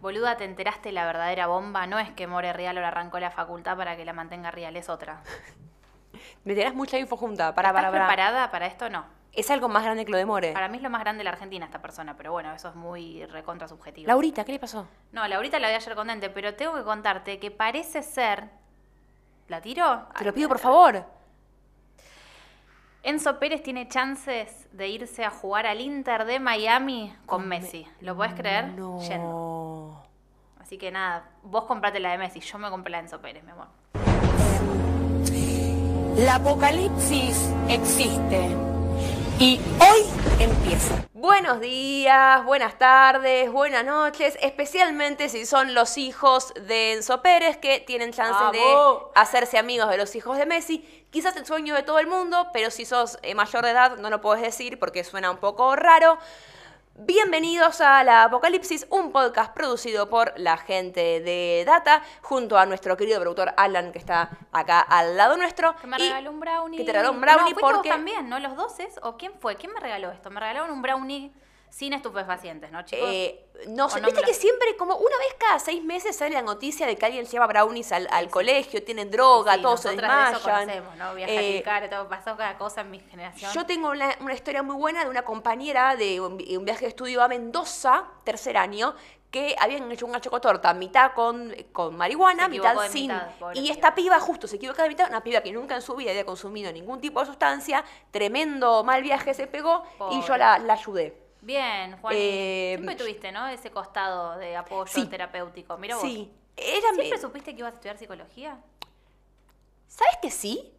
Boluda, te enteraste la verdadera bomba. No es que More Rial le arrancó la facultad para que la mantenga Rial, es otra. Me tirás mucha info junta. Para, para, ¿Estás preparada para esto? No. Es algo más grande que lo de More. Para mí es lo más grande de la Argentina esta persona, pero bueno, eso es muy recontra subjetivo. Laurita, ¿qué le pasó? No, Laurita la vi ayer contente, pero tengo que contarte que parece ser. ¿La tiro? Ah, Te lo pido, por favor. Enzo Pérez tiene chances de irse a jugar al Inter de Miami con Messi. ¿Lo podés creer? No. Yendo. Así que nada, vos comprate la de Messi, yo me compré la de Enzo Pérez, mi amor. La apocalipsis existe y hoy empieza. Buenos días, buenas tardes, buenas noches, especialmente si son los hijos de Enzo Pérez que tienen chance ¡Vamos! de hacerse amigos de los hijos de Messi. Quizás el sueño de todo el mundo, pero si sos eh, mayor de edad no lo podés decir porque suena un poco raro. Bienvenidos a La Apocalipsis, un podcast producido por la gente de Data, junto a nuestro querido productor Alan, que está acá al lado nuestro. Que me y regaló un brownie. Que te regaló un brownie no, fuiste porque... vos también, ¿no? ¿Los dos es? ¿O quién fue? ¿Quién me regaló esto? Me regalaron un brownie sin estupefacientes, ¿no, chicos? Eh, no sé, no viste me lo- que siempre, como una vez cada seis meses, sale la noticia de que alguien lleva brownies al, al colegio, tienen droga, Sí, todos se nosotras de desmayan. eso conocemos, ¿no? Viaja Eh, a Tilcara, todo pasó cada cosa en mi generación. Yo tengo una, una historia muy buena de una compañera de un, vi- un viaje de estudio a Mendoza, tercer año, que habían hecho una chocotorta, mitad con, con marihuana, Se mitad equivocó de sin. mitad, pobre y piba. esta piba, justo, se equivoca de mitad, una piba que nunca en su vida había consumido ningún tipo de sustancia, tremendo mal viaje se pegó y yo Pobre. la, la ayudé. Bien, Juan. Eh, siempre tuviste, ¿no? Ese costado de apoyo Sí. terapéutico. Mira vos. Sí. Era mi- ¿Siempre supiste que ibas a estudiar psicología? ¿Sabes que sí?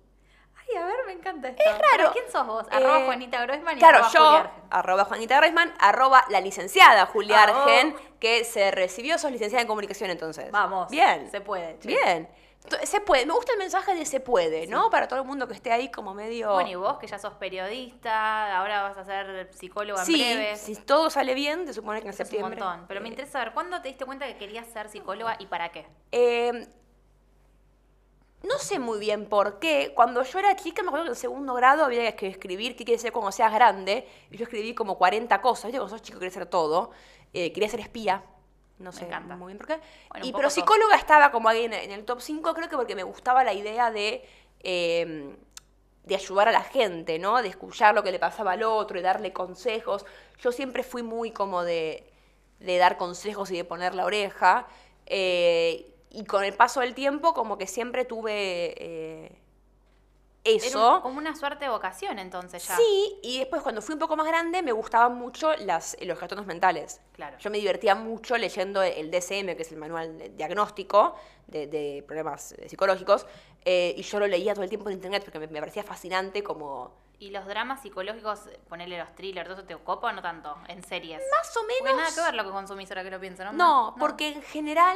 Ay, a ver, me encanta esto. Es raro. ¿Pero ¿Quién sos vos? Arroba Eh, Juanita Groisman y Claro, arroba yo, Juli Argen. arroba Juanita Groisman, arroba la licenciada Julia Ah, oh. Argen, que se recibió, sos licenciada en comunicación entonces. Vamos. Bien. Se puede. che. Bien. T- Se puede. Me gusta el mensaje de se puede, ¿no? Para todo el mundo que esté ahí como medio. Bueno, y vos que ya sos periodista, ahora vas a ser psicóloga sí, en breve. si todo sale bien, te supone que en Eso es un septiembre. montón. Pero me interesa saber, ¿cuándo te diste cuenta que querías ser psicóloga y para qué? Eh, no sé muy bien por qué. Cuando yo era chica, me acuerdo que en segundo grado había que escribir qué quieres ser cuando seas grande. Y yo escribí como 40 cosas. Yo cuando sos chico querés ser todo. Eh, quería ser espía. No sé encanta. muy bien por qué. Bueno, y, un poco todo. pero psicóloga estaba como ahí en, en el top 5, creo que porque me gustaba la idea de. eh, de ayudar a la gente, ¿no? De escuchar lo que le pasaba al otro y darle consejos. Yo siempre fui muy como de, de dar consejos y de poner la oreja. eh, y con el paso del tiempo, como que siempre tuve eh, Era eso. un- como una suerte de vocación entonces ya. Sí, y después cuando fui un poco más grande me gustaban mucho las, los trastornos mentales. Claro. Yo me divertía mucho leyendo el DSM, que es el manual de- diagnóstico de, de problemas eh, psicológicos, eh, y yo lo leía todo el tiempo en internet porque me, me parecía fascinante como... Y los dramas psicológicos, ponerle los thrillers, ¿todo eso te copa o no tanto? En series. Más o Porque menos... nada que ver lo que consumís ahora que lo pienso, ¿no? No, porque en general,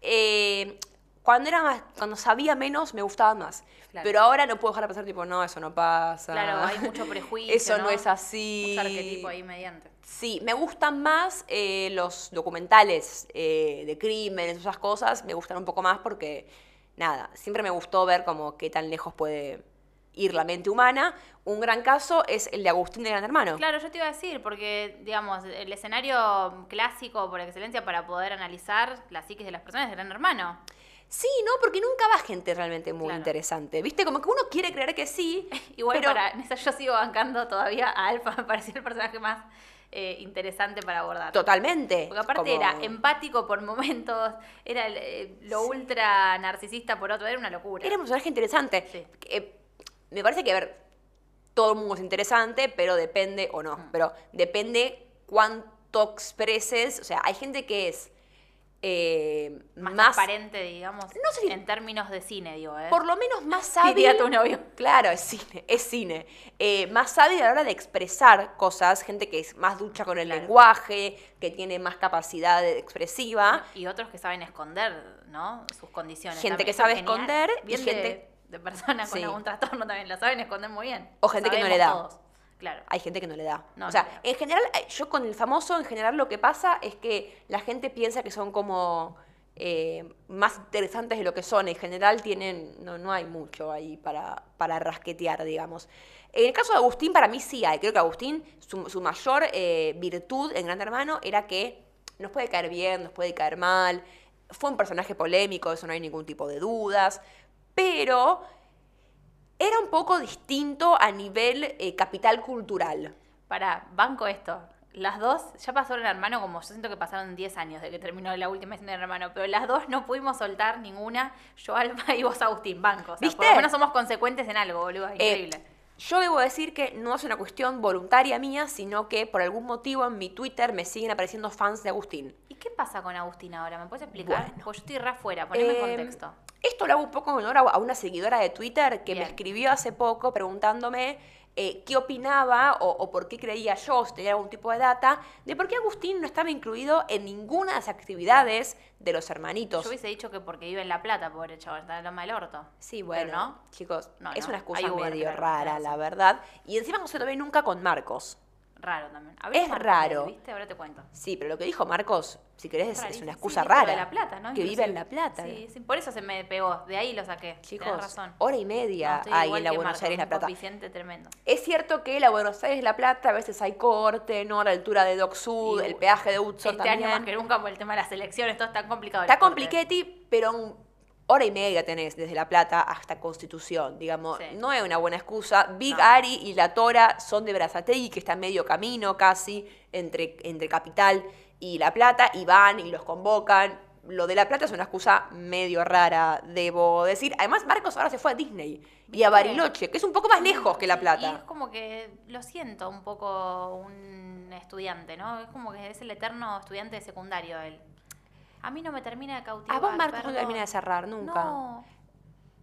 eh, cuando era más, cuando sabía menos, me gustaban más. Claro. Pero ahora no puedo dejar de pensar, tipo, no, eso no pasa. Claro, hay mucho prejuicio. Eso no, es así. Mucho arquetipo ahí mediante. Sí, me gustan más eh, los documentales eh, de crímenes, esas cosas, me gustan un poco más porque, nada, siempre me gustó ver como qué tan lejos puede ir la mente humana. Un gran caso es el de Agustín de Gran Hermano. Claro, yo te iba a decir, porque, digamos, el escenario clásico por excelencia para poder analizar la psiquis de las personas es Gran Hermano. Sí, ¿no? Porque nunca va gente realmente muy Claro. interesante, ¿viste? Como que uno quiere creer que sí, Igual pero... para, en esa yo sigo bancando todavía a Alfa, me pareció el personaje más eh, interesante para abordar. Totalmente. Porque aparte como- era empático por momentos, era el, eh, lo ultra narcisista por otro, era una locura. Era un personaje interesante. Sí. Eh, me parece que, a ver, todo el mundo es interesante, pero depende, o no, pero depende cuánto expreses. O sea, hay gente que es eh, más, más, transparente, digamos, sé si- en términos de cine, digo, ¿eh? por lo menos más hábil. Diría tu novio. Claro, es cine, es cine. Eh, más hábil a la hora de expresar cosas, gente que es más ducha con el Claro. lenguaje, que tiene más capacidad expresiva. Y otros que saben esconder, ¿no? Sus condiciones. Gente también. que Eso es sabe esconder y Bien gente- de, de personas con Sí. algún trastorno también, la saben esconder muy bien. O gente que no le Sabemos da. todos. Claro. hay gente que no le da. No, o no sea, le da. en general, eh, yo con el famoso, en general lo que pasa es que la gente piensa que son como eh, más interesantes de lo que son. En general tienen, no, no hay mucho ahí para, para rasquetear, digamos. En el caso de Agustín, para mí sí hay. Creo que Agustín, su, su mayor eh, virtud en Gran Hermano era que nos puede caer bien, nos puede caer mal. Fue un personaje polémico, eso no hay ningún tipo de dudas. Pero era un poco distinto a nivel eh, capital cultural. Para, banco esto. Las dos, ya pasó el hermano, como yo siento que pasaron 10 años de que terminó la última escena del hermano, pero las dos no pudimos soltar ninguna. Yo, Alba y vos, Agustín, banco. O sea, ¿Viste? Por lo menos somos consecuentes en algo, boludo. es Eh, Increíble. yo debo decir que no es una cuestión voluntaria mía, sino que por algún motivo en mi Twitter me siguen apareciendo fans de Agustín. ¿Y qué pasa con Agustín ahora? ¿Me puedes explicar? Bueno. Porque yo estoy re afuera, poneme en Eh, contexto. Esto lo hago un poco en honor a- a una seguidora de Twitter que Bien. me escribió hace poco preguntándome eh, qué opinaba o, o por qué creía yo, si tenía algún tipo de data, de por qué Agustín no estaba incluido en ninguna de las actividades de los hermanitos. Yo hubiese dicho que porque vive en La Plata, pobre chaval, está en la loma del orto. Sí, Pero bueno, no. chicos, No, es no, una excusa hay Uber, medio claro, rara, claro, la sí. verdad. Y encima no se lo ve nunca con Marcos. Raro también. A Es raro. ¿Viste? Ahora te cuento. Sí, pero lo que dijo Marcos, si querés, es, es Rarísimo. una Sí, excusa tipo rara. de La Plata, ¿no? Que vive en Inclusive. La Plata. Sí, sí, por eso se me pegó. De ahí lo saqué. Tenés Chicos, razón. hora y media estoy hay igual en la que Buenos Marcos, Aires, La un Plata. coeficiente tremendo. Es cierto que la Buenos Aires, La Plata, a veces hay corte, ¿no? La altura de Dock Sud, Y el peaje de Utsor Este también. año más que nunca por el tema de las elecciones, todo es tan complicado. Está los cortes. compliquete, pero un- hora y media tenés desde La Plata hasta Constitución, digamos. Sí. No es una buena excusa. Big No. Ari y La Tora son de Brazategui, que está en medio camino casi entre, entre Capital y La Plata, y van y los convocan. Lo de La Plata es una excusa medio rara, debo decir. Además, Marcos ahora se fue a Disney y a Bariloche, que es un poco más lejos que La Sí, Y es Plata. como que lo siento un poco un estudiante, ¿no? Es como que es el eterno estudiante de secundario él. A mí no me termina de cautivar. A vos, Marcos, no perdón. te termina de cerrar nunca. No.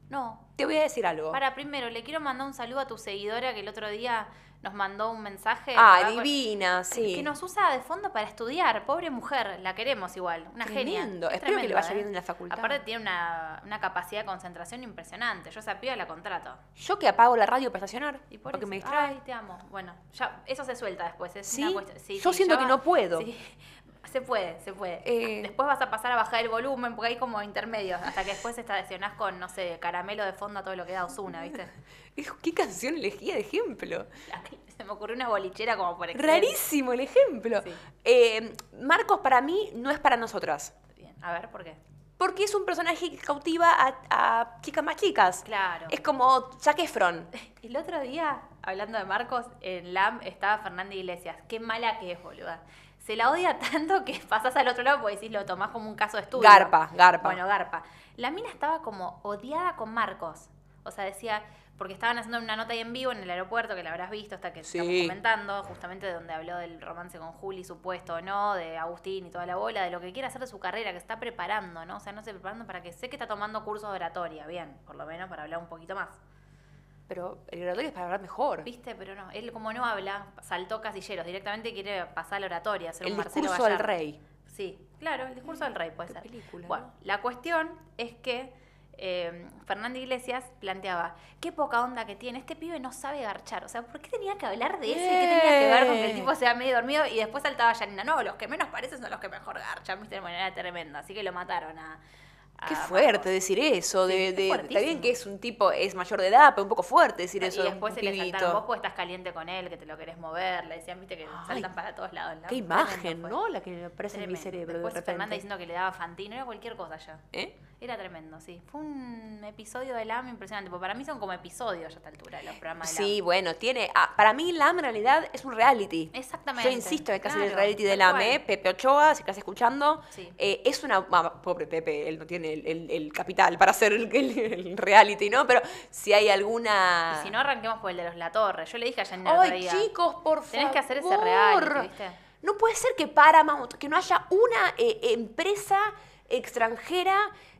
No. Te voy a decir algo. Para, primero, le quiero mandar un saludo a tu seguidora que el otro día nos mandó un mensaje. ah, ¿verdad? divina, sí. Que nos usa de fondo para estudiar. Pobre mujer, la queremos igual. Una genia. Tremendo. Es Espero que le tremendo, vaya ¿eh? bien en la facultad. Aparte tiene una, una capacidad de concentración impresionante. Yo esa piba la contrato. Yo que apago la radio para estacionar, Y por porque eso- me distrae. Ay, te amo. Bueno, ya, eso se suelta después. Es ¿Sí? una cuestión- sí, Yo sí, siento ya que va- no puedo. sí. Se puede, se puede. Eh. Después vas a pasar a bajar el volumen, porque hay como intermedios, hasta que después estacionás con, no sé, caramelo de fondo a todo lo que da Osuna, ¿viste? Ah, Hijo, ¿Qué canción elegía de ejemplo? Se me ocurrió una bolichera como por ejemplo. Rarísimo el ejemplo. Sí. Eh, Marcos para mí no es para nosotras. Bien, a ver, ¿por qué? Porque es un personaje que cautiva a, a chicas más chicas. Claro. Es como Zac Efron. El otro día, hablando de Marcos, en LAM estaba Fernanda Iglesias. Qué mala que es, boluda. Se la odia tanto que pasás al otro lado porque decís, lo tomás como un caso de estudio. Garpa, garpa. Bueno, garpa. La mina estaba como odiada con Marcos. O sea, decía, porque estaban haciendo una nota ahí en vivo en el aeropuerto, que la habrás visto hasta que Sí. estamos comentando, justamente donde habló del romance con Juli, supuesto o no, de Agustín y toda la bola, de lo que quiere hacer de su carrera, que está preparando, ¿no? O sea, no se preparando para que sé que está tomando cursos de oratoria, bien, por lo menos para hablar un poquito más. Pero el oratorio es para hablar mejor. Viste, pero no. Él, como no habla, saltó casilleros. Directamente quiere pasar a la oratoria, hacer El un Marcelo discurso al Gallardo. rey. Sí, claro, el discurso del rey puede qué ser. película, bueno, ¿no? la cuestión es que eh, Fernanda Iglesias planteaba, qué poca onda que tiene, este pibe no sabe garchar. O sea, ¿por qué tenía que hablar de eso? ¿Y qué tenía que ver con que el tipo sea medio dormido? Y después saltaba Yanina, no, los que menos parecen son los que mejor garchan, viste, de manera tremenda. Así que lo mataron a... a Qué Marcos. fuerte decir eso. Sí, de- es de- está bien fuertísimo. que es un tipo, es mayor de edad, pero un poco fuerte decir eso. Y de un después se le pibito. saltaron vos porque estás caliente con él, que te lo querés mover. Le decían, viste, que saltan para todos lados. ¿no? Qué Tremendo imagen, fue. ¿no? La que me aparece en mi Tremendo. cerebro Después de repente. Fernanda diciendo que le daba Fantino, era cualquier cosa ya. ¿Eh? Era tremendo, sí. Fue un episodio de LAM impresionante, porque para mí son como episodios ya a esta altura los programas de LAM. Sí, bueno, tiene. ah, para mí, LAM en realidad es un reality. Exactamente. Yo insisto en casi el Claro, reality de tal LAM, cual. ¿eh? Pepe Ochoa, si estás escuchando. Sí. eh, es una. ah, pobre Pepe, él no tiene el, el- el capital para hacer el, el- el reality, ¿no? Pero si hay alguna. Y si no, arranquemos por el de los La Torre. Yo le dije a Janina el otro ¡Ay, día, chicos, por favor! Tenés que hacer ese reality, ¿viste? No puede ser que Paramount, que no haya una eh, empresa extranjera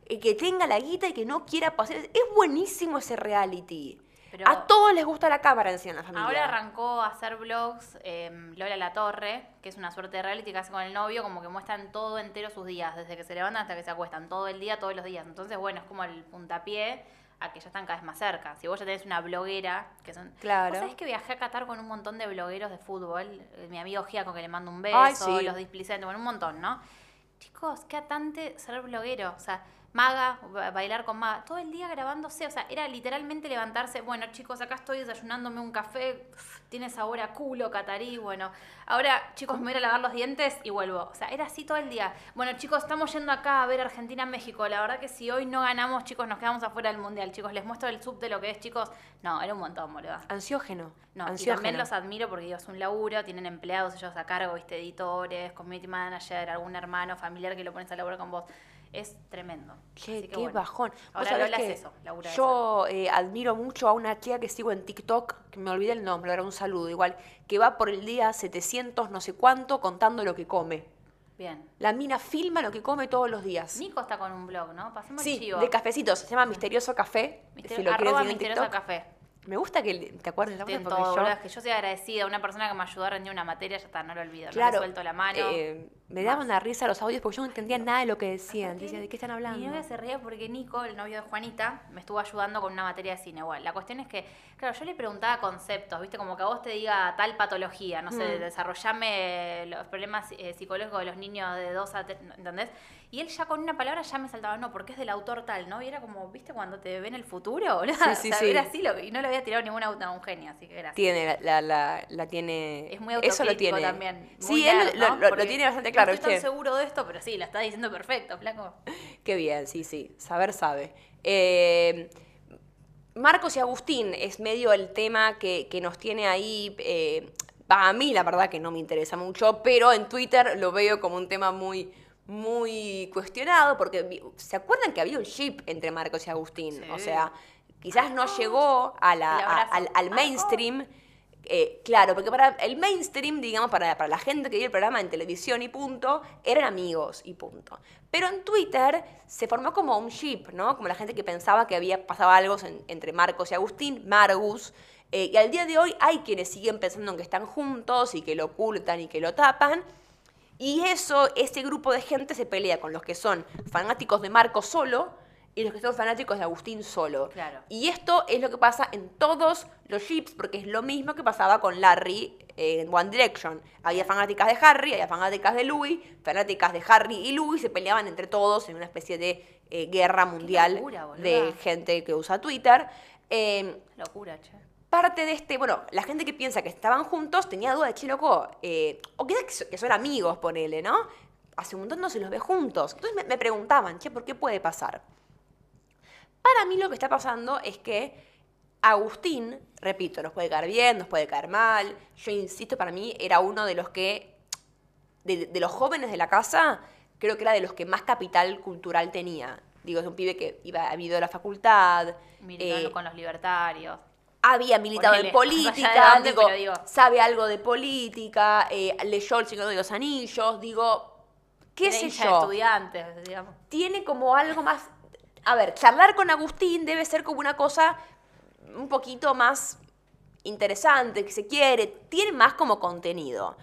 eh, que tenga la guita y que no quiera pasar. Es buenísimo ese reality. Pero- a todos les gusta la cámara encima en la familia. Ahora arrancó a hacer vlogs eh, Lola La Torre, que es una suerte de reality que hace con el novio, como que muestran todo entero sus días, desde que se levantan hasta que se acuestan, todo el día, todos los días. Entonces, bueno, es como el puntapié a que ya están cada vez más cerca. Si vos ya tenés una bloguera, que son... Claro. ¿Vos sabés que viajé a Qatar con un montón de blogueros de fútbol? Eh, Mi amigo Giaco, que le mando un beso, Ay, sí. los displicentes, bueno, un montón, ¿no? Chicos, qué atante ser bloguero. O sea, Maga, ba- bailar con Maga, todo el día grabándose, o sea, era literalmente levantarse, bueno chicos, acá estoy desayunándome un café, tiene sabor a culo, catarí, bueno, ahora chicos, me voy a ir a lavar los dientes y vuelvo, o sea, era así todo el día. Bueno chicos, estamos yendo acá a ver Argentina-México, la verdad que si hoy no ganamos, chicos, nos quedamos afuera del Mundial, chicos, les muestro el sub de lo que es, chicos, no, era un montón, boludo. Ansiógeno. No, y ansiógeno. también los admiro porque ellos es un laburo, tienen empleados ellos a cargo, viste, editores, community manager, algún hermano, familiar que lo pones a laburar con vos. Es tremendo. Che, Así que qué bueno. bajón. Vos Ahora sabés Lola que es eso, labura de eso. Yo eh, admiro mucho a una chica que sigo en TikTok, que me olvidé el nombre, era un saludo igual, que va por el día 700 no sé cuánto contando lo que come. Bien. La mina filma lo que come todos los días. Nico está con un blog, ¿no? Pasemos el Sí, chivo. de cafecitos, se llama Misterioso Café. Mm. Misterio- si lo quieres arroba seguir en misterioso TikTok. café. Me gusta que le- te acuerdes la Estoy en porque todo, yo... boludo, es que yo soy agradecida. Una persona que me ayudó a rendir una materia, ya está, no lo olvido. no le Claro, suelto la mano. Ah, eh, me daban una risa los audios porque yo no entendía nada de lo que decían. Aparte, Decía, ¿de qué están Mi hablando? novia se reía porque Nico, el novio de Juanita, me estuvo ayudando con una materia de cine. Bueno, la cuestión es que, claro, yo le preguntaba conceptos, ¿viste? Como que a vos te diga tal patología, no sé, Mm. desarrollame los problemas eh, psicológicos de los niños de 2 a 3, ¿entendés? Y él ya con una palabra ya me saltaba, no, porque es del autor tal, ¿no? Y era como, ¿viste? Cuando te ven el futuro, boludo. Sí, sí, o sea, sí. era así lo- y no le había tirado ninguna auto a un genio, así que gracias. Tiene, la, la, la tiene. Es muy Eso lo autocrítico tiene. también. muy Sí, él nerd, lo- ¿no? lo, lo Porque tiene bastante claro, No estoy ¿viste? tan seguro de esto, pero sí, la está diciendo perfecto, flaco. Qué bien, sí, sí. Saber sabe. Eh, Marcos y Agustín es medio el tema que, que nos tiene ahí. eh, va, a mí, la verdad, que no me interesa mucho, pero en Twitter lo veo como un tema muy, muy cuestionado, porque vi- ¿se acuerdan que había un ship entre Marcos y Agustín? Sí. O sea, quizás no llegó a la, El a- abrazo. Ah, al, al mainstream. eh, claro, porque para el mainstream, digamos, para, para la gente que vio el programa en televisión y punto, eran amigos y punto. Pero en Twitter se formó como un ship, ¿no? Como la gente que pensaba que había pasado algo en- entre Marcos y Agustín, Margus. eh, y al día de hoy hay quienes siguen pensando en que están juntos y que lo ocultan y que lo tapan. Y eso, ese grupo de gente se pelea con los que son fanáticos de Marco solo y los que son fanáticos de Agustín solo. Claro. Y esto es lo que pasa en todos los ships, porque es lo mismo que pasaba con Larry eh, en One Direction. Había fanáticas de Harry, había fanáticas de Louis, fanáticas de Harry y Louis se peleaban entre todos en una especie de eh, guerra mundial locura, boluda. de gente que usa Twitter. Eh, Locura, che. parte de este, bueno, la gente que piensa que estaban juntos tenía duda de, che, loco, eh, o quizás que, so- que son amigos, ponele, ¿no? Hace un montón no se los ve juntos. Entonces me, me preguntaban, che, ¿por qué puede pasar? Para mí lo que está pasando es que Agustín, repito, nos puede caer bien, nos puede caer mal. Yo insisto, para mí era uno de los que de, de los jóvenes de la casa, creo que era de los que más capital cultural tenía. Digo, es un pibe que iba, había ido a la facultad. militando eh, con los libertarios. había militado Ponele, en no sé de política, dónde, digo, pero digo. sabe algo de política, eh, leyó el Señor de los Anillos, digo, qué Era sé hincha yo. de estudiantes, digamos. Tiene como algo más... A ver, charlar con Agustín debe ser como una cosa un poquito más interesante, que se quiere, tiene más como contenido.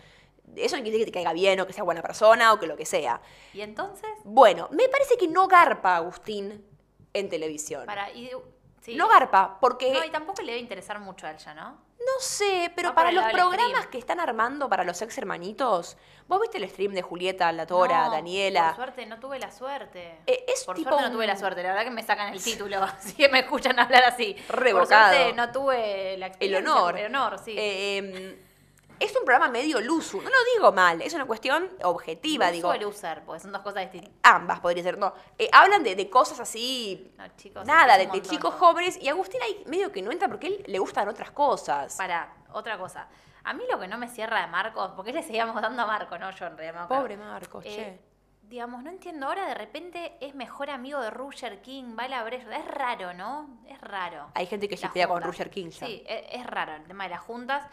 Eso no quiere decir que te caiga bien o que sea buena persona o que lo que sea. Y entonces, Bueno, me parece que no garpa Agustín en televisión. para. Y, uh, sí. No garpa, porque... No, y tampoco le debe interesar mucho a ella, ¿no? No sé, pero Va por para el los lado del programas Ah, stream. que están armando para los ex hermanitos, ¿vos viste el stream de Julieta, La Tora, No, Por Daniela? suerte, no tuve la suerte. Eh, es por tipo suerte no un- tuve la suerte. La verdad que me sacan el título. Así que me escuchan hablar así. Revocado. Por suerte, no tuve la El experiencia. honor. El honor, sí. Eh, em, es un programa medio luso. No lo digo mal, es una cuestión objetiva, Uso digo. el user, porque son dos cosas distintas. Ambas podría ser, no. Eh, hablan de, de cosas así. No, chicos. nada, es de, un de montón. chicos jóvenes. Y Agustín ahí medio que no entra porque a él le gustan otras cosas. Para, otra cosa. A mí lo que no me cierra de Marcos, porque le seguíamos dando a Marco, ¿no? Yo en realidad. me acuerdo. Pobre Marcos, Eh, Pues che. digamos, no entiendo. Ahora de repente es mejor amigo de Roger King, va a la brecha. Es raro, ¿no? Es raro. Hay gente que Las shipea con juntas. Roger King ya. Sí, e- es, raro el tema de las juntas.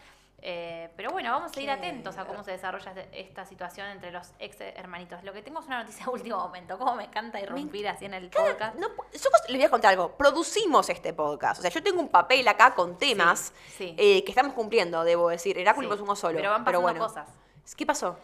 Eh, pero bueno, vamos a seguir Qué atentos a cómo se desarrolla este- esta situación entre los ex hermanitos. Lo que tengo es una noticia de último momento. Cómo me encanta irrumpir así en el podcast. No, yo les voy a contar algo. Producimos este podcast. O sea, yo tengo un papel acá con temas sí. eh, que estamos cumpliendo, debo decir. Heráculo Sí, puso uno solo. pero van pasando bueno. cosas. ¿Qué pasó?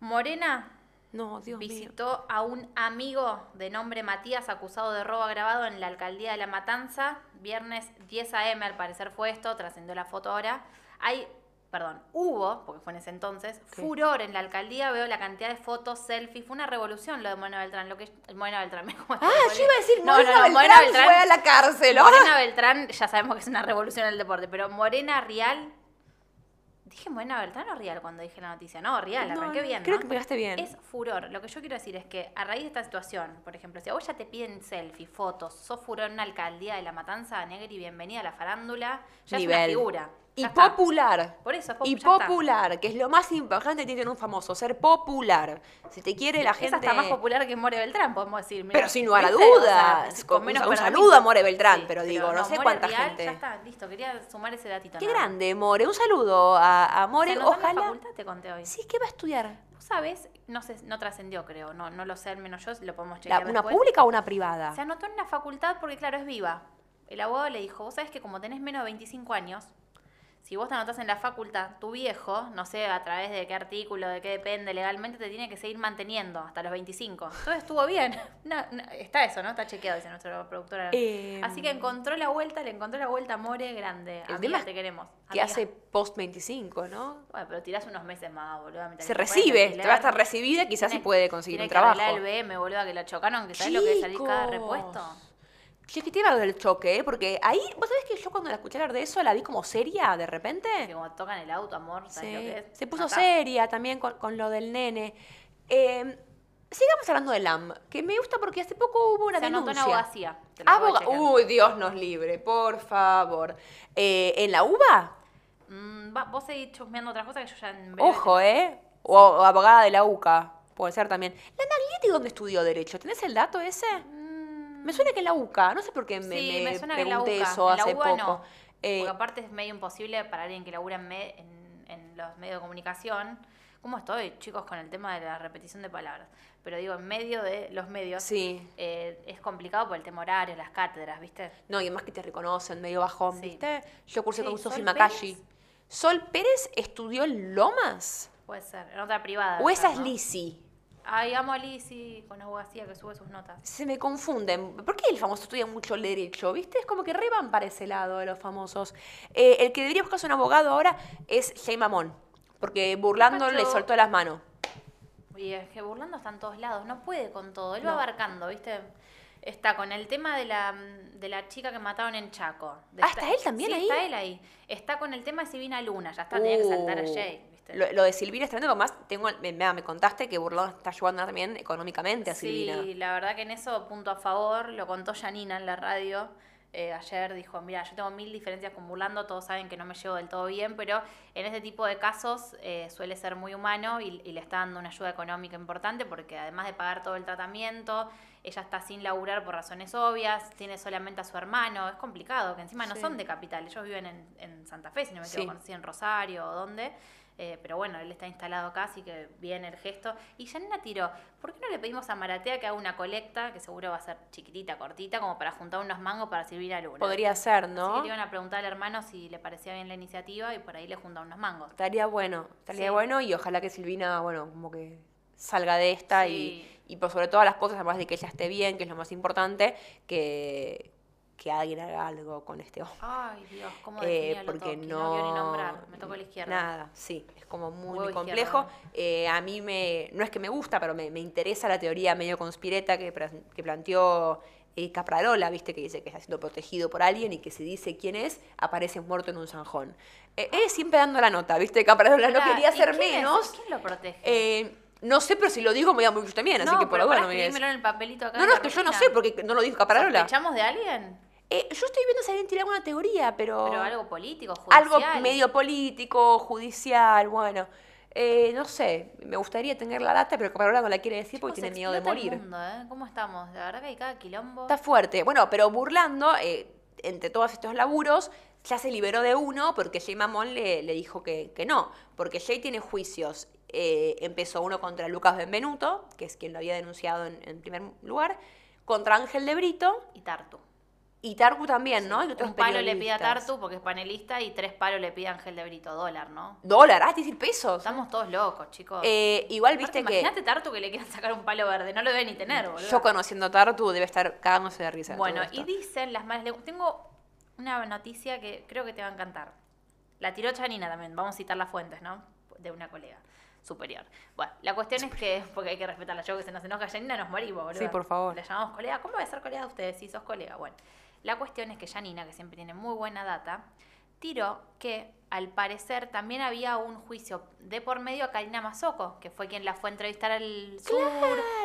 Morena No, Dios mío. visitó a un amigo de nombre Matías acusado de robo agravado en la alcaldía de La Matanza, viernes 10 a.m. al parecer fue esto, trascendió la foto ahora. Hay perdón, hubo, porque fue en ese entonces, furor en la alcaldía, veo la cantidad de fotos, selfies, fue una revolución lo de Morena Beltrán, lo que Morena Beltrán, me como- Ah, yo iba a decir, No, no, Morena, no, Beltrán Morena Beltrán- fue a la cárcel. ¿oh? Morena Beltrán, ya sabemos que es una revolución en el deporte, pero Morena Real, dije Morena Beltrán o Real cuando dije la noticia, no, Real, No, arranqué no, bien, Creo ¿no? que pegaste bien. Es furor. Lo que yo quiero decir es que a raíz de esta situación, por ejemplo, si a vos ya te piden selfie, fotos, sos furor en una alcaldía de la Matanza, Negri, bienvenida a la farándula, ya es Nivel. una figura. Y ya está. popular. Por eso, es pop- y ya está. popular, que es lo más importante que tiene que tener un famoso, ser popular. Si te quiere la gente. Esa está más popular que More Beltrán, podemos decir. mirá. Pero sin lugar a ¿Viste? O sea, dudas. es Con- menos un peronismo. saludo a More Beltrán, pero digo, no sé More cuánta Real, gente. Ya está, listo, quería sumar ese datito. Qué nada más. grande, More. Un saludo a, a More. Se anotó en la Ojalá. facultad, te conté hoy. Sí, ¿qué va a estudiar? Vos sabés, no, sé, no trascendió, creo, no, no lo sé, al menos yo, lo podemos La- chequear ¿Una después. pública o una privada? Se anotó en la facultad porque, claro, es viva. El abogado le dijo, vos sabés que como tenés menos de 25 años, si vos te anotás en la facultad, tu viejo, no sé a través de qué artículo, de qué depende legalmente, te tiene que seguir manteniendo hasta los 25. Entonces estuvo bien. No, no, está eso, ¿no? Está chequeado, dice nuestra productora. Eh, Así que encontró la vuelta, le encontró la vuelta, More, grande. El Amiga, tema es te queremos. que Amiga. hace post 25, ¿no? Bueno, pero tirás unos meses más, boludo. mientras Se que puedes recibe, alquilar. te va a estar recibida, quizás se Tiene- puede conseguir tiene un que arreglar trabajo. el BM, boludo, que la chocaron, que sabés lo que es salir cada repuesto. Che, que te iba a hablar del choque, ¿eh? porque ahí, vos sabés que yo cuando la escuché hablar de eso la vi como seria de repente. Que como tocan el auto, amor, ¿sabes Sí. lo que es? Se puso Acá. seria también con, con lo del nene. Eh, sigamos hablando del LAM, que me gusta porque hace poco hubo una Se anotó en denuncia. Ah, abogacía. te lo acabo de Aboga- chequear. Uy, Dios nos libre, por favor. Eh, ¿En la UBA? Mm, va- vos seguís chusmeando otras cosas que yo ya en breve uh. Ojo, ¿eh? O, o abogada de la UCA, puede ser también. ¿La Maglietti dónde estudió Derecho? ¿Tenés el dato ese? Me suena que en la UCA, no sé por qué me, Mm, Sí, me suena que en la pregunté UCA. eso En la hace UBA poco. no, Eh, Porque aparte es medio imposible para alguien que labura en, me- en- en los medios de comunicación. ¿Cómo estoy, chicos, con el tema de la repetición de palabras? Pero digo, en medio de los medios Sí. eh, es complicado por el tema horario, las cátedras, ¿viste? No, y además que te reconocen, medio bajón, Sí. ¿viste? Yo cursé Che, con ¿y Sofi Sol Makashi. Pérez? ¿Sol Pérez estudió en Lomas? Puede ser, en otra privada. ¿O esa quizás, es ¿no? Lizzie? Ay, amo a Lizzy con abogacía que sube sus notas. Se me confunden. ¿Por qué el famoso estudia mucho el derecho? ¿Viste? Es como que re van para ese lado de los famosos. Eh, el que debería buscarse un abogado ahora es Jay Mamón. Porque burlando le Cacho. soltó las manos. Y es que burlando está en todos lados, no puede con todo, él va abarcando, ¿viste? Está con el tema de la, de la chica que mataron en Chaco. De Ah, esta- ¿está él también sí, ahí? está él ahí. Está con el tema de Silvina Luna, ya está, tenía que saltar a Uh, Jay, ¿viste? Lo, lo de Silvina es tremendo, porque más tengo, me, me- me contaste que Burlón está ayudando también económicamente a Silvina. Sí, la verdad que en eso punto a favor, lo contó Janina en la radio. eh, ayer dijo, mira, yo tengo mil diferencias con Burlando, todos saben que no me llevo del todo bien, pero en este tipo de casos eh, suele ser muy humano y, y le está dando una ayuda económica importante porque además de pagar todo el tratamiento, ella está sin laburar por razones obvias, tiene solamente a su hermano, es complicado, que encima no Sí. son de capital, ellos viven en, en Santa Fe, si no me Sí. equivoco, sí, en Rosario o dónde. eh, pero bueno, él está instalado acá, así que viene el gesto. Y Janina tiró, ¿por qué no le pedimos a Maratea que haga una colecta, que seguro va a ser chiquitita, cortita, como para juntar unos mangos para servir a Luna? Podría ser, Así que ¿no? le iban a preguntar al hermano si le parecía bien la iniciativa y por ahí le juntan unos mangos. Estaría bueno, estaría Sí. bueno y ojalá que Silvina, bueno, como que salga de esta y- Sí. y, por sobre todas las cosas, además de que ella esté bien, que es lo más importante, que, que alguien haga algo con este hombre. Ay, Dios, cómo Eh, definía porque no, no vio ni nombrar, me tocó la izquierda. Nada, sí, es como muy, Huevo muy complejo. izquierdo. Eh, a mí me, no es que me gusta, pero me, me interesa la teoría medio conspireta que, pra- que planteó eh, Caprarola, viste, que dice que está siendo protegido por alguien y que si dice quién es, aparece muerto en un zanjón. Eh, él siempre dando la nota, viste, Caprarola no Pará, quería ¿y ser quién es? menos. ¿Quién lo protege? Eh, no sé, pero si lo digo me voy a morir yo también, así No, que por pero ahora pará, no me digas. escribímelo en el papelito acá. No, en no, la es que yo no rutina. sé porque no lo dijo Caprarola. ¿Sospechamos de alguien? Eh, yo estoy viendo si alguien tira alguna teoría, Pero algo político, judicial. Oh. algo medio político, judicial, bueno. Eh, no sé, me gustaría tener la data, pero ahora no la quiere decir porque Chicos, Pues tiene miedo de explota el morir. mundo, ¿eh? ¿Cómo estamos? La verdad que hay cada quilombo. Está fuerte. Bueno, pero burlando, eh, entre todos estos laburos, ya se liberó de uno porque Jay Mamón le, le dijo que, que no. Porque Jay tiene juicios. Eh, empezó uno contra Lucas Benvenuto, que es quien lo había denunciado en, en primer lugar, contra Ángel de Brito Y Tartu. y Tarku también, ¿no? Y otros Un palo le pide a periodistas. Tartu porque es panelista y tres palos le pide a Ángel de Brito, dólar, ¿no? Dólar, ah, 10 pesos. Estamos todos locos, chicos. Eh, igual Aparte, viste que. Imagínate Tartu que le quieran sacar un palo verde, no lo debe ni tener, boludo. Yo conociendo a Tartu debe estar cagándose de risa. de Bueno, todo esto. y dicen las malas lenguas. Tengo una noticia que creo que te va a encantar. La tiró Chanina también, vamos a citar las fuentes, ¿no? De una colega superior. Bueno, la cuestión es que, porque hay que respetarla, yo que se nos enoja Janina, nos morimos, boludo. Sí, por favor. La llamamos colega. ¿Cómo voy a ser colega de ustedes si sos colega? Bueno, la cuestión es que Janina, que siempre tiene muy buena data, tiró que al parecer también había un juicio de por medio a Karina Mazoco, que fue quien la fue a entrevistar al sur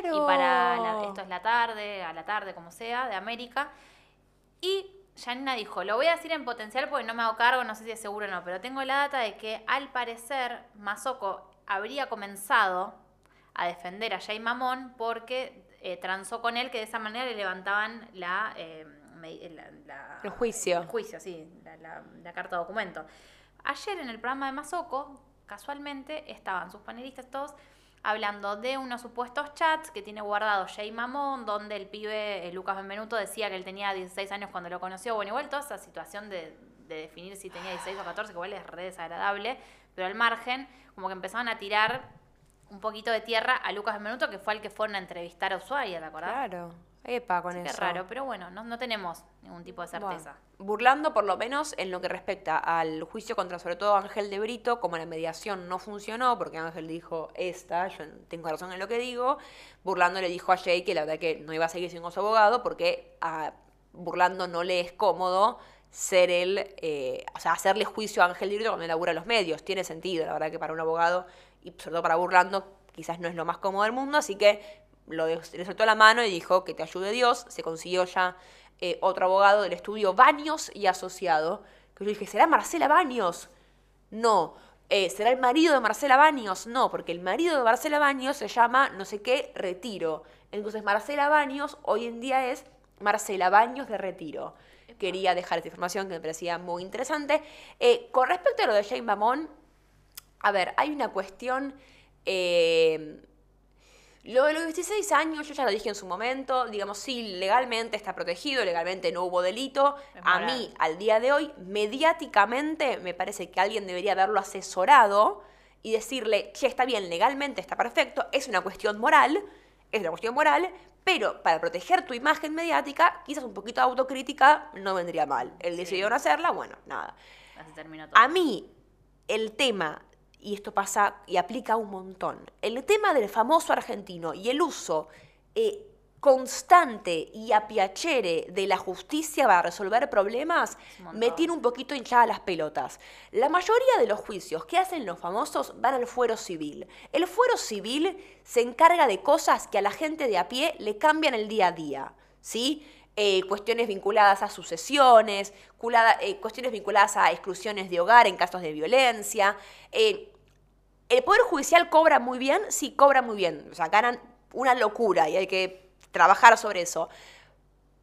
¡Claro! y para la- esto es la tarde, a la tarde, como sea, de América. Y Janina dijo, lo voy a decir en potencial porque no me hago cargo, no sé si es seguro o no, pero tengo la data de que al parecer Mazoco habría comenzado a defender a Jay Mamón porque eh, transó con él, que de esa manera le levantaban la, eh, me- la- la- El juicio. El juicio, sí, la, la- la carta documento. Ayer en el programa de Mazoco, casualmente, estaban sus panelistas todos hablando de unos supuestos chats que tiene guardado Jay Mamón, donde el pibe eh, Lucas Benvenuto decía que él tenía 16 años cuando lo conoció. Bueno, igual toda esa situación de, de definir si tenía 16 o 14, que igual es re desagradable, pero al margen, como que empezaban a tirar un poquito de tierra a Lucas Benvenuto, que fue al que fueron a entrevistar a Ushuaia, ¿te acordás? Claro. Epa, con Qué eso. raro, pero bueno, no, no tenemos ningún tipo de certeza. Bueno, burlando por lo menos en lo que respecta al juicio contra sobre todo Ángel de Brito, como la mediación no funcionó, porque Ángel dijo esta, yo tengo razón en lo que digo, burlando le dijo a Jay que la verdad que no iba a seguir siendo su abogado porque a burlando no le es cómodo ser él, eh, o sea, hacerle juicio a Ángel de Brito cuando él labura en los medios. Tiene sentido, la verdad que para un abogado, y sobre todo para burlando, quizás no es lo más cómodo del mundo, así que lo de- le soltó la mano y dijo que te ayude Dios. Se consiguió ya eh, otro abogado del estudio Baños y Asociado. Que yo dije, ¿será Marcela Baños? No. Eh, ¿Será el marido de Marcela Baños? No, porque el marido de Marcela Baños se llama no sé qué Retiro. Entonces Marcela Baños hoy en día es Marcela Baños de Retiro. Quería dejar esta información que me parecía muy interesante. Eh, con respecto a lo de Jane Mamón, a ver, hay una cuestión. eh, lo de los 16 años, yo ya lo dije en su momento, digamos, sí, legalmente está protegido, legalmente no hubo delito. Es A moral. mí, al día de hoy, mediáticamente me parece que alguien debería haberlo asesorado y decirle, che, está bien, legalmente está perfecto, es una cuestión moral, es una cuestión moral, pero para proteger tu imagen mediática, quizás un poquito de autocrítica no vendría mal. Él decidió no hacerla, bueno, nada. Así terminó todo. A mí, el tema, y esto pasa y aplica un montón, el tema del famoso argentino y el uso eh, constante y a piacere de la justicia para resolver problemas un montón. me tiene un poquito hinchada las pelotas. La mayoría de los juicios que hacen los famosos van al fuero civil. El fuero civil se encarga de cosas que a la gente de a pie le cambian el día a día, ¿sí? Eh, cuestiones vinculadas a sucesiones, culada- eh, cuestiones vinculadas a exclusiones de hogar en casos de violencia. eh, el Poder Judicial cobra muy bien, sí, cobra muy bien. O sea, ganan una locura y hay que trabajar sobre eso.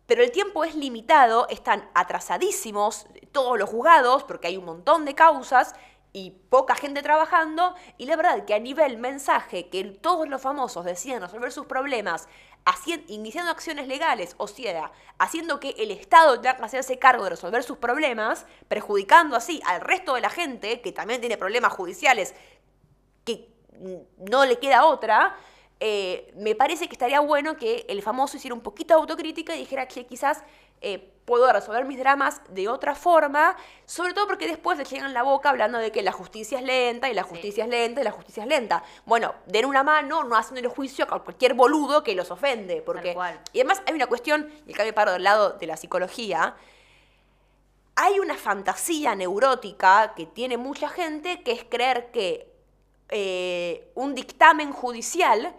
Pero el tiempo es limitado, están atrasadísimos todos los juzgados porque hay un montón de causas y poca gente trabajando. Y la verdad que a nivel mensaje que todos los famosos deciden resolver sus problemas hacien- iniciando acciones legales, o sea, haciendo que el Estado tenga que hacerse cargo de resolver sus problemas, perjudicando así al resto de la gente que también tiene problemas judiciales que no le queda otra, eh, me parece que estaría bueno que el famoso hiciera un poquito de autocrítica y dijera que quizás eh, puedo resolver mis dramas de otra forma, sobre todo porque después le llegan la boca hablando de que la justicia es lenta y la justicia es lenta y la justicia es lenta. Bueno, den una mano, no hacen el juicio a cualquier boludo que los ofende, porque... cual. Y además hay una cuestión, y acá me paro del lado de la psicología, hay una fantasía neurótica que tiene mucha gente que es creer que eh, un dictamen judicial,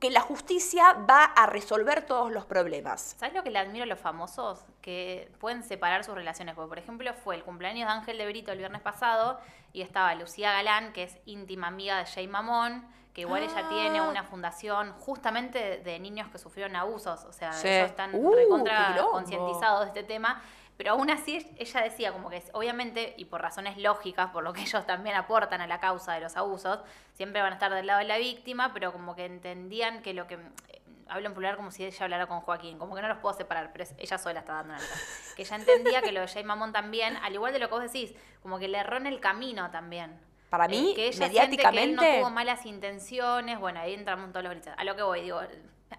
que la justicia va a resolver todos los problemas. ¿Sabes lo que le admiro a los famosos? Que pueden separar sus relaciones. Porque, por ejemplo, fue el cumpleaños de Ángel de Brito el viernes pasado y estaba Lucía Galán, que es íntima amiga de Jay Mamón, que igual ella tiene una fundación justamente de niños que sufrieron abusos. O sea, Sí. ellos están Uh, qué recontra quilombo. concientizados de este tema. Pero aún así, ella decía como que, obviamente, y por razones lógicas, por lo que ellos también aportan a la causa de los abusos, siempre van a estar del lado de la víctima, pero como que entendían que lo que... eh, Hablo en plural como si ella hablara con Joaquín, como que no los puedo separar, pero es- ella sola está dando una nota. Que ella entendía que lo de Jay Mamón también, al igual de lo que vos decís, como que le erró en el camino también. Para Eh, mí, que ella siente que él mediáticamente... no tuvo malas intenciones, bueno, ahí entramos en todos los gritos. A lo que voy, digo,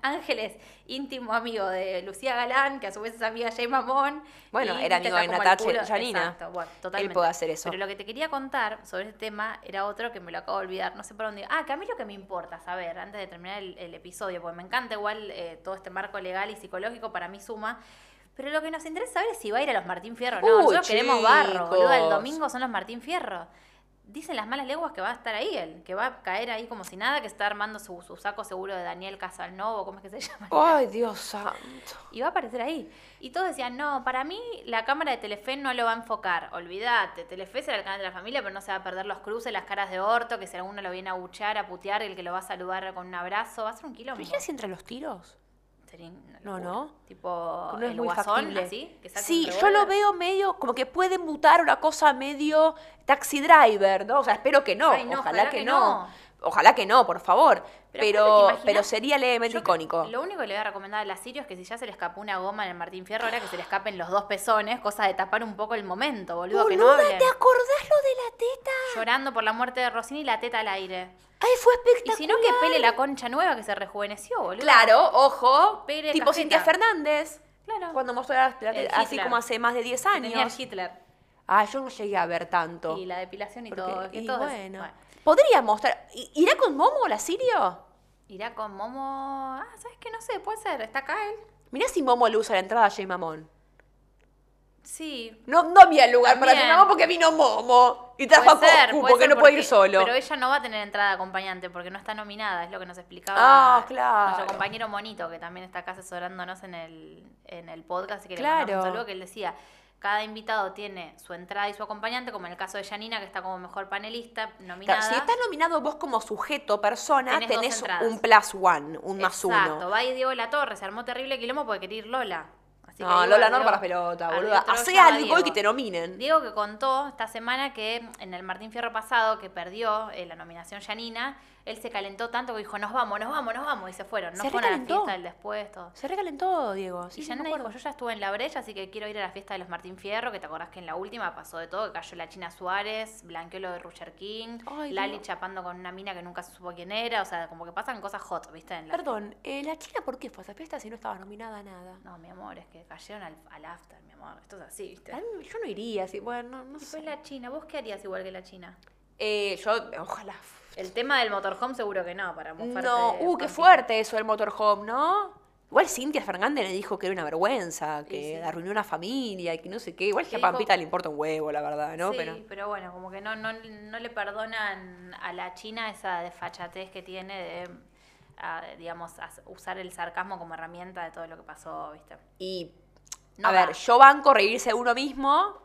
Ángeles, íntimo amigo de Lucía Galán, que a su vez es amiga de Jay Mamón. Bueno, y era te amigo trata como de el Natacha culo. Yanina. Exacto, bueno, totalmente. puede hacer eso. Pero lo que te quería contar sobre este tema era otro que me lo acabo de olvidar, no sé por dónde. Ah, que a mí lo que me importa saber, antes de terminar el, el episodio, porque me encanta igual eh, todo este marco legal y psicológico para mí suma. Pero lo que nos interesa saber es si va a ir a los Martín Fierro. No, Uh, nosotros queremos barro, boluda. El chicos. domingo son los Martín Fierro. Dicen las malas lenguas que va a estar ahí él, que va a caer ahí como si nada, que está armando su, su saco seguro de Daniel Casalnovo, ¿cómo es que se llama? Ay, Dios santo. Y va a aparecer ahí. Y todos decían, no, para mí la cámara de Telefe no lo va a enfocar. Olvídate, Telefe será el canal de la familia, pero no se va a perder los cruces, las caras de orto, que si alguno lo viene a buchar, a putear, el que lo va a saludar con un abrazo, va a ser un ¿Te kilómetro. imaginas si entran los tiros? Sería una No, locura. no. Tipo, No es el muy guasón, factible. así. que saca un sí, yo revólver. lo veo medio, como que puede mutar una cosa medio taxi driver, ¿no? O sea, espero que no, Ay, no, ojalá, que, no. no. Ojalá que no, por favor. Pero Pero, aparte, pero, ¿te imaginas? sería levemente Yo que- icónico. Lo único que le voy a recomendar a la Sirio es que si ya se le escapó una goma en el Martín Fierro, ahora que se le escapen los dos pezones, cosa de tapar un poco el momento, boludo, que no Boluda, hablen. ¿te acordás lo de la teta? Llorando por la muerte de Rosini y la teta al aire. Ay, fue Y espectacular. si no, que pele la concha nueva que se rejuveneció, boludo. Claro, ojo, Pere tipo cajeta. Cintia Fernández. Claro. Cuando mostró la la El teta, así Hitler. como hace más de 10 Que tenía el años. Hitler. Ah, yo no llegué a ver tanto. Y la depilación y Porque- todo. que y todo es- bueno. bueno. Podría mostrar. ¿I- ¿Irá con Momo la Sirio? Irá con Momo. Ah, ¿sabes qué? No sé, puede ser. ¿Está acá él? Mirá si Momo le usa la entrada a Jay Mamón. Sí. No, no había lugar para Jay También. Mamón porque vino Momo. Y trajo Puede a ser, Coscu puede porque ser no puede ir solo. Pero ella no va a tener entrada acompañante porque no está nominada, es lo que nos explicaba Ah, claro. nuestro compañero Monito, que también está acá asesorándonos en el, en el podcast y que Claro. le mandamos un saludo, que él decía, cada invitado tiene su entrada y su acompañante, como en el caso de Janina, que está como mejor panelista, nominada. Claro, si estás nominado vos como sujeto, persona, Tenés dos tenés, entradas. un plus one, un más Exacto, uno. va y Diego de la Torre, se armó terrible quilombo porque quería ir Lola. Así que No, ahí Lola guardió- no para las pelotas, al boluda. otro Hacé llama algo y que Diego. te nominen. Diego que contó esta semana que en el Martín Fierro pasado, que perdió eh, la nominación Yanina, él se calentó tanto que dijo, nos vamos, nos vamos, nos vamos, y se fueron. No Se fueron a la recalentó. fiesta del después, todo. Se recalentó, Diego. Y Sí, sí, Yanina me dijo, acuerdo. yo ya estuve en la brecha, así que quiero ir a la fiesta de los Martín Fierro, que te acordás que en la última pasó de todo, que cayó la China Suárez, blanqueó lo de Roger King, Ay, Lali Dios. chapando con una mina que nunca se supo quién era, o sea, como que pasan cosas hot, ¿viste? En la- Perdón, eh, ¿la China por qué fue a esa fiesta si no estaba nominada a nada? No, mi amor, es que cayeron al, al after, mi amor, esto es así, ¿viste? A mí- Yo no iría, así, bueno, no Y fue sé. la China, ¿vos qué harías igual que la China? Eh, yo, ojalá. El tema del motorhome seguro que no, para mofarte. No, uh, qué Juanpi. fuerte eso del motorhome, ¿no? Igual Cintia Fernández le dijo que era una vergüenza, que sí. arruinó una familia y que no sé qué. Igual que Que a dijo- Pampita le importa un huevo, la verdad, ¿no? sí, Pero pero... bueno, como que no, no, no le perdonan a la China esa desfachatez que tiene de, ah, digamos, as- usar el sarcasmo como herramienta de todo lo que pasó, ¿viste? Y, No a va. ver, yo banco reírse de uno mismo.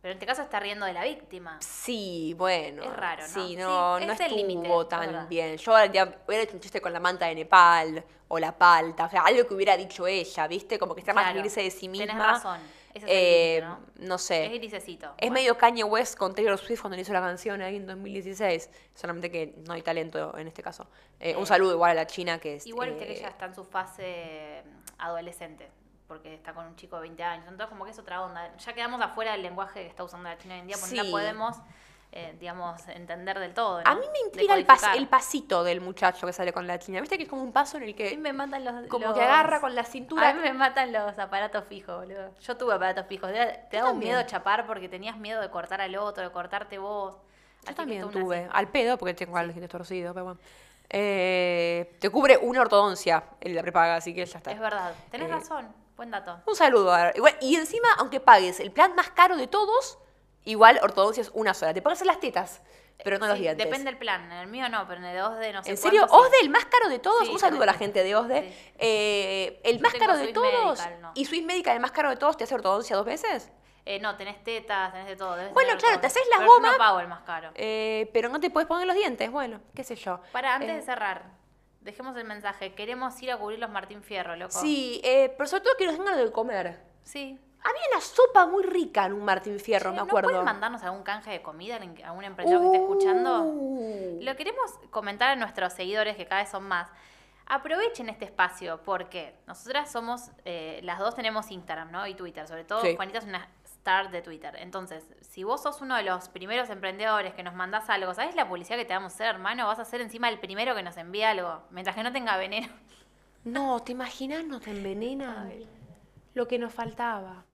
Pero en este caso está riendo de la víctima. Sí, bueno. Es raro, ¿no? Sí, Sí, no, es no el límite, estuvo la tan verdad. bien. Yo habría- hubiera hecho un chiste con la manta de Nepal o la palta, o sea, algo que hubiera dicho ella, ¿viste? Como que está más Claro, reírse de sí misma. tenés razón. Ese es el Eh, límite, ¿no? sé. Es grisecito. Es Bueno. medio Kanye West con Taylor Swift cuando le hizo la canción ahí en 2016. Solamente que no hay talento en este caso. Eh, un saludo igual a la China que es. Igual viste que eh, ella está en su fase mm, adolescente, porque está con un chico de 20 años. Entonces, como que es otra onda. Ya quedamos afuera del lenguaje que está usando la China hoy en día, porque no Sí. la podemos, eh, digamos, entender del todo. A ¿no? mí me intriga el, pas- Decodificar. el pasito del muchacho que sale con la China. Viste que es como un paso en el A mí que. me matan los. Como los- que agarra con la A cintura. mí me matan los aparatos fijos, boludo. Yo tuve aparatos fijos. Te, te daba un también. miedo chapar porque tenías miedo de cortar al otro, de cortarte vos. Así Yo que también toda una tuve. así. Al pedo, porque tengo algo que torcido, pero bueno. Eh, te cubre una ortodoncia en la prepaga, así que ya está. Es verdad. Tenés Eh, razón. Buen dato. Un saludo. a- Igual, y encima, aunque pagues el plan más caro de todos, igual ortodoncia es una sola. Te pagas las tetas, pero no los Sí, dientes. Depende del plan. En el mío no, pero en el de 2D no sé ¿En serio? cuánto, sí. ¿Osde, el más caro de todos? Sí, un saludo a la también. gente de Osde. Sí. Eh, el más tengo caro de Swiss todos. Medical, no. ¿Y Swiss Medical, el más caro de todos, te hace ortodoncia dos veces? Eh, no, tenés tetas, tenés de todo. debes Bueno, tener claro, todo. te haces la Pero yo goma. No pago el más caro. Eh, pero no te puedes poner los dientes, bueno, qué sé yo. Para, antes Eh, de cerrar, dejemos el mensaje. Queremos ir a cubrir los Martín Fierro, loco. Sí, eh, pero sobre todo que nos den ganas de comer. Sí. Había una sopa muy rica en un Martín Fierro, Che, me ¿No acuerdo. pueden mandarnos algún canje de comida en- a un emprendedor que esté escuchando? Uh. Lo queremos comentar a nuestros seguidores, que cada vez son más. Aprovechen este espacio, porque nosotras somos, eh, las dos tenemos Instagram, ¿no? Y Twitter, sobre todo Sí. Juanita es una star de Twitter. Entonces, si vos sos uno de los primeros emprendedores que nos mandás algo, ¿sabés la publicidad que te vamos a hacer, hermano? Vas a ser encima el primero que nos envía algo, mientras que no tenga veneno. No, ¿te imaginas? Nos envenenan. Lo que nos faltaba.